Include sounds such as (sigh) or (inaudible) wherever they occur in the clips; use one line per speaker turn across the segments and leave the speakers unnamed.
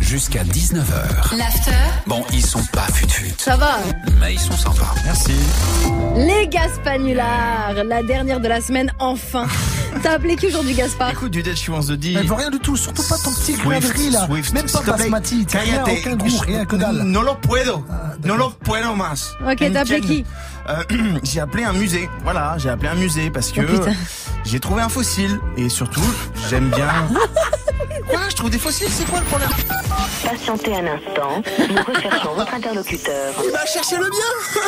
jusqu'à 19h.
L'after,
Bon, ils sont pas fut-fut,
Ça va
mais ils sont sympas.
Merci.
Les Gaspanulars, la dernière de la semaine, enfin. T'as appelé qui aujourd'hui, Gaspard
Écoute, du Dead She Wants to Dee.
Mais pour rien du tout, surtout pas ton petit
Swift,
claverie là.
Swift,
Même pas
s'il te plaît.
basmati, t'as rien,
Cállate.
aucun goût, rien que dalle. Ah,
No lo puedo. no lo puedo más.
Ok, t'as appelé qui
Euh, (clears throat) J'ai appelé un musée. Voilà, j'ai appelé un musée parce que
Oh, putain.
j'ai trouvé un fossile. Et surtout, j'aime bien.
Ah,
Quoi Je trouve des fossiles, c'est quoi le problème
Patientez un instant, nous recherchons votre interlocuteur.
Il va chercher le bien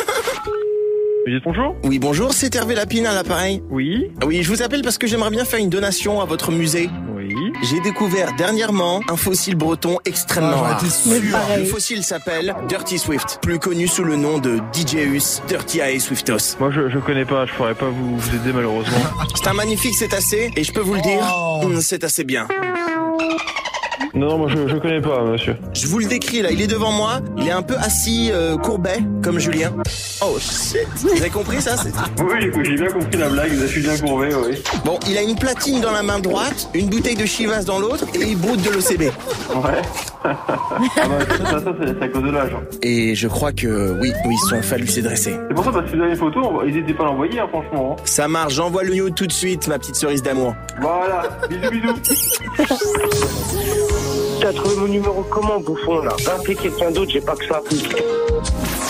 Oui, bonjour.
Oui, bonjour, c'est Hervé Lapine à l'appareil.
Oui.
Oui, je vous appelle parce que j'aimerais bien faire une donation à votre musée.
Oui.
J'ai découvert dernièrement un fossile breton extrêmement
Ah, j'en
rare.
étais sûr.
Mais pareil.
Le fossile s'appelle Dirty Swift, plus connu sous le nom de DJus Dirty Ae Swiftos.
Moi, je, je connais pas. Je pourrais pas vous, vous aider malheureusement. (laughs)
C'est un magnifique cétacé et je peux vous le dire,
Oh.
mm, c'est assez bien.
Non, non, moi, je, je connais pas, monsieur.
Je vous le décris là, il est devant moi, il est un peu assis euh, courbet comme Julien. Oh shit Vous avez compris
(laughs)
ça c'est-
Oui, j'ai bien compris la blague. Je suis bien courbé, oui.
Bon, il a une platine dans la main droite, une bouteille de Chivas dans l'autre et il broute de l'OCB.
Ouais. (laughs) ah bah, ça, ça, ça, c'est à cause de l'âge. hein.
Et je crois que oui, oui, son phallus s'est dressé.
C'est pour ça, parce que si vous avez les photos, on va- n'hésitez pas à l'envoyer, hein, franchement. hein.
Ça marche, j'envoie le nude tout de suite, ma petite cerise d'amour.
Voilà. Bisous, bisous.
T'as trouvé mon numéro comment, bouffon, là Va appeler quelqu'un d'autre, j'ai pas que ça.